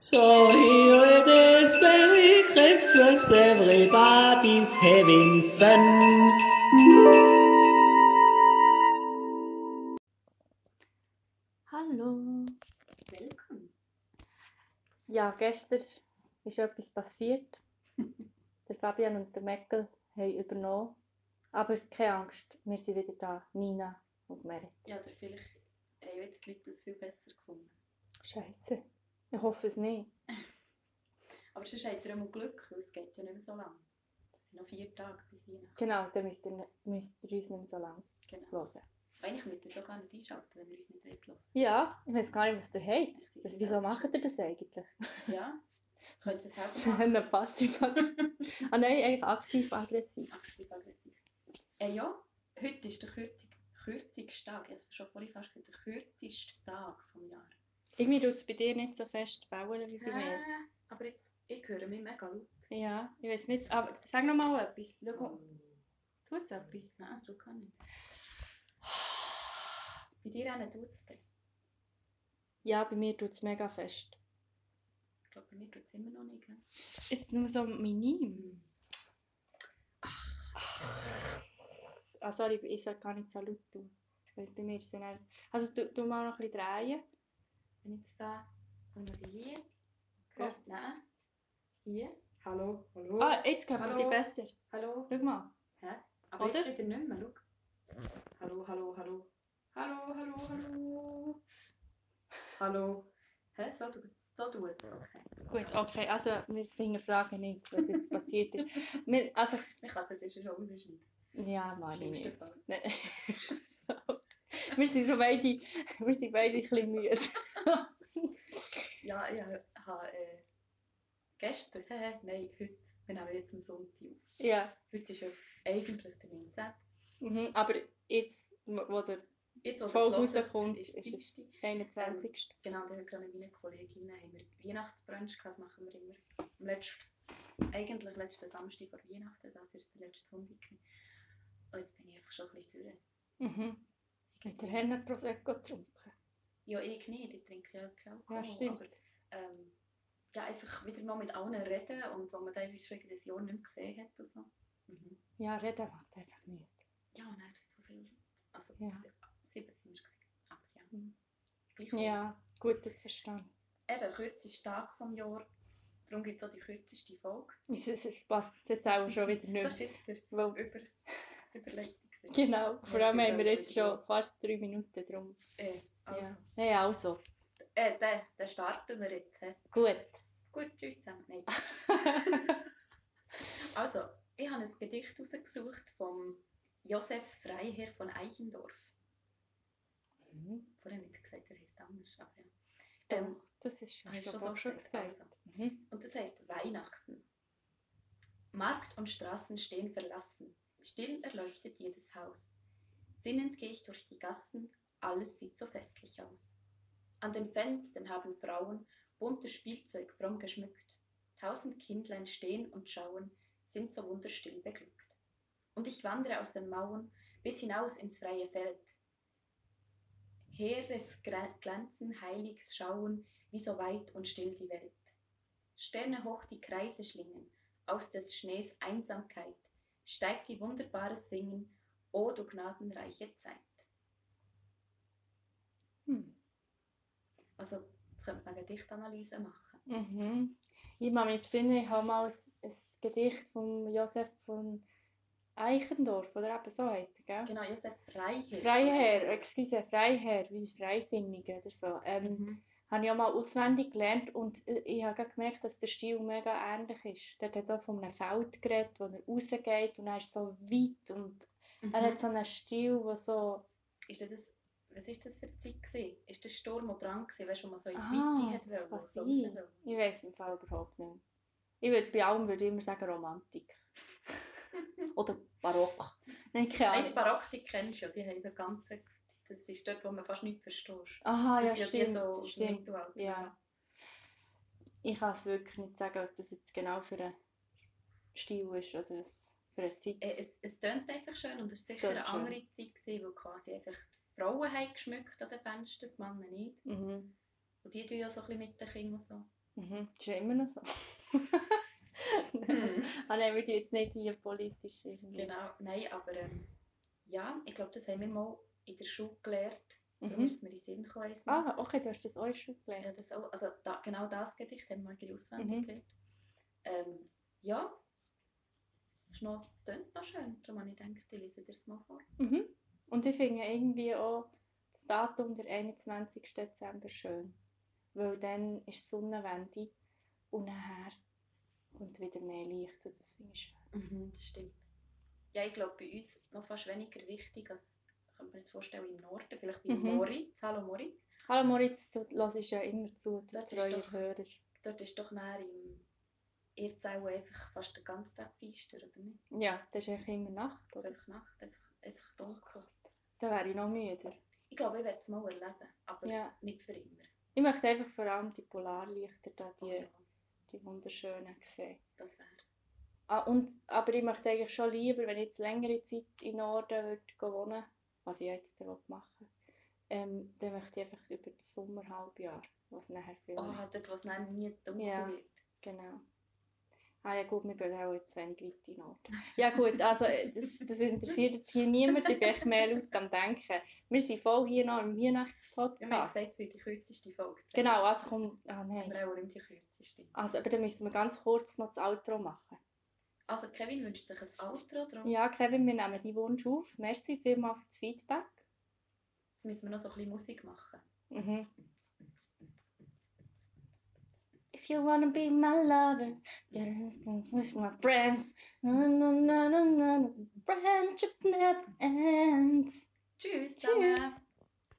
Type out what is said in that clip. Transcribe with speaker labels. Speaker 1: So here it is, Merry Christmas, everybody's having fun.
Speaker 2: Hallo.
Speaker 3: Willkommen.
Speaker 2: Ja, gestern ist etwas passiert. der Fabian und der Meckel haben übernommen. Aber keine Angst, wir sind wieder da. Nina und Merit.
Speaker 3: Ja, oder vielleicht haben jetzt die Leute das viel besser gefunden.
Speaker 2: Scheiße. Ich hoffe es nicht.
Speaker 3: Aber sonst habt ihr einmal Glück, weil es geht ja nicht mehr so lange. Es sind noch vier Tage bis Weihnachten.
Speaker 2: Genau, dann müsst ihr, müsst ihr uns nicht mehr so lange
Speaker 3: Genau.
Speaker 2: hören.
Speaker 3: Eigentlich müsst ihr schon gar nicht einschalten, wenn ihr uns nicht wollt hören.
Speaker 2: Ja, ich weiß gar nicht, was ihr habt. Das, wieso macht ihr das eigentlich?
Speaker 3: Ja, könnt ihr es selber machen.
Speaker 2: Eine passiv Ah nein, eigentlich aktiv-aggressiv.
Speaker 3: Aktiv, aggressiv. Äh, ja, heute ist der kürzig, kürzigste Tag, ich habe es schon vorhin fast gesagt, der kürzigste Tag vom Jahr.
Speaker 2: Irgendwie tut es bei dir nicht so fest bauen wie bei mir.
Speaker 3: aber jetzt, ich höre mich mega laut.
Speaker 2: Ja, ich weiß nicht. Aber sag noch mal etwas. Schau, tut es etwas?
Speaker 3: Nein, das tut gar nicht. Bei dir auch tut es das.
Speaker 2: Ja, bei mir tut es mega fest.
Speaker 3: Ich glaube, bei mir tut es immer noch nicht. gell?
Speaker 2: Ist nur so minim.
Speaker 3: Hm.
Speaker 2: Ah, sorry, ich sage gar nicht so laut. tun. Weil Bei mir ist es dann... eher- Also, du, du mal noch ein bisschen drehen.
Speaker 3: Wenn ich jetzt da, dann muss ich hier, gehört, nein, hier, hallo, hallo,
Speaker 2: Ah, jetzt gehört man
Speaker 3: Hallo.
Speaker 2: dich besser.
Speaker 3: hallo,
Speaker 2: Schau mal.
Speaker 3: hä? Aber
Speaker 2: Oder?
Speaker 3: jetzt wieder nicht mehr, schau. Hallo, hallo, hallo, hallo, hallo, hallo, hallo, hä? So tut so tut's, okay.
Speaker 2: Gut, okay. Also, wir hinterfragen nicht, was jetzt passiert ist. Wir, also,
Speaker 3: Ich kann es jetzt schon rausschneiden.
Speaker 2: ja, mache ich nicht.
Speaker 3: Schlimmstenfalls.
Speaker 2: Nein. wir sind so beide, wir sind beide ein bisschen müde.
Speaker 3: Ja, ich habe, habe äh, gestern, hä, nein, heute, wir nehmen jetzt am Sonntag auf.
Speaker 2: Ja.
Speaker 3: Heute ist ja eigentlich der 19.
Speaker 2: Mhm. Aber jetzt, wo wo der
Speaker 3: Jetzt, wo ihr
Speaker 2: Voll
Speaker 3: es hört,
Speaker 2: rauskommt,
Speaker 3: ist
Speaker 2: ist es-
Speaker 3: Dienstag.
Speaker 2: 21.
Speaker 3: Genau, da haben wir mit meinen Kolleginnen haben wir Weihnachtsbrunch gehabt. Das machen wir immer am letzten, eigentlich letzten Samstag vor Weihnachten. Das ist der letzte Sonntag. gewesen. Und jetzt bin ich einfach schon ein bisschen durch.
Speaker 2: Mhm. Hat der Herr Prosecco getrunken?
Speaker 3: Ja, ich nicht. Ich trinke ja keinen Alkohol.
Speaker 2: Ja, stimmt.
Speaker 3: Aber ähm, ja, einfach wieder mal mit allen reden. Und wo man teilweise schon das Jahr nicht mehr gesehen hat. Und so. mhm.
Speaker 2: Ja, reden macht einfach müde.
Speaker 3: Ja, und dann so viele Leute. Also
Speaker 2: Ja.
Speaker 3: sieben sind wir gewesen. Aber ja.
Speaker 2: Mhm.
Speaker 3: Gleich
Speaker 2: Ja, gut, das verstehe ich.
Speaker 3: Eben, kürzester Tag vom Jahr. Darum gibt es auch die kürzeste Folge.
Speaker 2: Es, es, es passt jetzt auch schon wieder
Speaker 3: Das
Speaker 2: nicht.
Speaker 3: ist jetzt der
Speaker 2: Weil,
Speaker 3: über, überlegt. gewesen.
Speaker 2: genau, vor
Speaker 3: Ja,
Speaker 2: allem haben
Speaker 3: stimmt,
Speaker 2: wir
Speaker 3: das
Speaker 2: jetzt
Speaker 3: würde ich
Speaker 2: schon fast drei Minuten drum.
Speaker 3: Äh, also,
Speaker 2: Ja. Hey, also,
Speaker 3: äh, den, den starten wir jetzt. hä?
Speaker 2: gut.
Speaker 3: Gut, tschüss zusammen. Nein. also, ich habe ein Gedicht rausgesucht vom Josef Freiherr von Eichendorf.
Speaker 2: Mhm.
Speaker 3: Vorher nicht gesagt, er heißt anders, aber ja. Ähm,
Speaker 2: Doch, das ist
Speaker 3: hast du
Speaker 2: glaub
Speaker 3: das
Speaker 2: auch
Speaker 3: auch
Speaker 2: schon
Speaker 3: gesagt?
Speaker 2: gesagt. Mhm.
Speaker 3: Und das heißt Weihnachten. Markt und Straßen stehen verlassen. Still erleuchtet jedes Haus. Sinnend gehe ich durch die Gassen, alles sieht so festlich aus. An den Fenstern haben Frauen buntes Spielzeug fromm geschmückt. Tausend Kindlein stehen und schauen, sind so wunderstill beglückt. Und ich wandere aus den Mauern bis hinaus ins freie Feld. Heeres Gra- Glanzen heiligs schauen, wie so weit und still die Welt. Sterne hoch die Kreise schlingen, aus des Schnees Einsamkeit steigt die wunderbare Singen, o du gnadenreiche Zeit.
Speaker 2: Hm.
Speaker 3: Also, jetzt könnte man eine Gedichtanalyse machen.
Speaker 2: Mhm. Ich kann mich besinnen, ich habe mal ein, ein Gedicht von Josef von Eichendorf, oder eben so heisst er, gell?
Speaker 3: Genau, Josef Freiherr.
Speaker 2: Freiherr, excuse, Freiherr, wie Freisinnige oder so, ähm,
Speaker 3: Mhm.
Speaker 2: habe ich auch mal auswendig gelernt und äh, ich habe gerade gemerkt, dass der Stil mega ähnlich ist. Dort hat er auch von einem Feld geredet, wo er rausgeht und er ist so weit und er hat
Speaker 3: Mhm.
Speaker 2: so einen Stil, der so...
Speaker 3: Ist das, was ist das für eine Zeit? Gewesen? Ist das Sturm und Drang, gewesen, weißt du, wo man so in die
Speaker 2: Ah,
Speaker 3: Mitte hat
Speaker 2: das
Speaker 3: wollen,
Speaker 2: kann
Speaker 3: wo so
Speaker 2: sein.
Speaker 3: raus wollen?
Speaker 2: Ich weiß im Fall überhaupt nicht. Ich würde bei allem würde ich immer sagen Romantik. Oder Barock. Nein, keine
Speaker 3: Nein, die
Speaker 2: Ahnung.
Speaker 3: Barock, die kennst du ja, die haben so ganze, das ist dort, wo man fast nichts versteht.
Speaker 2: Aha, Ah, ja,
Speaker 3: das ist ja die
Speaker 2: stimmt,
Speaker 3: so aus dem
Speaker 2: stimmt.
Speaker 3: Mittelalter.
Speaker 2: Ja. Ich kann es wirklich nicht sagen, was das jetzt genau für ein Stil ist oder was für eine Zeit.
Speaker 3: Äh, Es, es tönt einfach schön und es war
Speaker 2: Es
Speaker 3: sicher eine
Speaker 2: tönt schön.
Speaker 3: andere Zeit, gewesen, wo quasi einfach die Frauen haben geschmückt an den Fenstern, die Männer nicht.
Speaker 2: Mhm.
Speaker 3: Und die tun ja so ein bisschen mit den Kindern und so.
Speaker 2: Mhm. Ist ja immer noch so.
Speaker 3: Hm.
Speaker 2: Ah nein, wir tun jetzt nicht hier politisch irgendwie.
Speaker 3: Genau, nein, aber ähm, ja, ich glaube, das haben wir mal in der Schule gelernt. Darum
Speaker 2: Mhm.
Speaker 3: ist es mir in den Sinn gekommen. jetzt noch.
Speaker 2: Ah, okay, du hast das auch schon
Speaker 3: Ja,
Speaker 2: gelernt.
Speaker 3: das auch, also da, genau das Gedicht haben wir gerade auswendig
Speaker 2: Mhm.
Speaker 3: gelernt. Ähm, ja, es ist noch- es tönt noch schön. Darum habe ich gedacht, ich lese dir das mal vor.
Speaker 2: Mhm. Und ich finde irgendwie auch das Datum, der 21. Dezember, schön. Weil dann ist Sonnenwende und nachher kommt wieder mehr Licht und das finde ich schön.
Speaker 3: Mhm, das stimmt. Ja, ich glaube, bei uns noch fast weniger wichtig als, könnte man jetzt vorstellen, im Norden, vielleicht bei
Speaker 2: Mhm.
Speaker 3: Moritz, hallo Moritz.
Speaker 2: Hallo Moritz, du hörst ja immer zu, du
Speaker 3: Das ist
Speaker 2: treuer
Speaker 3: doch-
Speaker 2: Hörer.
Speaker 3: Dort ist doch näher im Erzau einfach fast den ganzen Tag Feister, oder nicht?
Speaker 2: Ja, das ist eigentlich immer Nacht,
Speaker 3: Oder
Speaker 2: oder?
Speaker 3: einfach Nacht, einfach, einfach dunkel.
Speaker 2: Da wäre ich noch müder.
Speaker 3: Ich glaube, ich werde es mal erleben, aber
Speaker 2: Ja.
Speaker 3: nicht für immer.
Speaker 2: Ich möchte einfach vor allem die Polarlichter, da,
Speaker 3: Oh
Speaker 2: die,
Speaker 3: ja,
Speaker 2: die wunderschönen, sehen.
Speaker 3: das wär's.
Speaker 2: Ah, und, aber ich möchte eigentlich schon lieber, wenn ich jetzt längere Zeit im Norden würde gehen wohnen was ich jetzt da machen will, ähm, dann möchte ich einfach über das Sommerhalbjahr, was nachher viel
Speaker 3: Oh, halt dort, wo es dann nie dunkel
Speaker 2: Ja.
Speaker 3: wird.
Speaker 2: Genau. Ah ja gut, wir gehen auch jetzt wenig weit in den Norden. Ja gut, also äh, das, das interessiert jetzt hier niemand, ich bin echt mehr laut am Denken. Wir sind voll hier noch im
Speaker 3: Ich habe
Speaker 2: Weihnachtspodcast.
Speaker 3: gesagt, es wird die kürzeste Folge. sein.
Speaker 2: Genau, also komm, ah
Speaker 3: Aber
Speaker 2: nein.
Speaker 3: auch nicht die kürzeste.
Speaker 2: Also, aber dann müssen wir ganz kurz noch das Outro machen.
Speaker 3: Also, Kevin wünscht sich ein Outro, darum
Speaker 2: Ja, Kevin, wir nehmen deinen Wunsch auf. Merci vielmals für das Feedback.
Speaker 3: jetzt müssen wir noch so ein bisschen Musik machen.
Speaker 2: Mhm. If you wanna be my lover, get in with my friends. Na, na, na, na, na, na. Friendship never ends.
Speaker 3: Tschüss
Speaker 2: Tschüss.
Speaker 3: zusammen!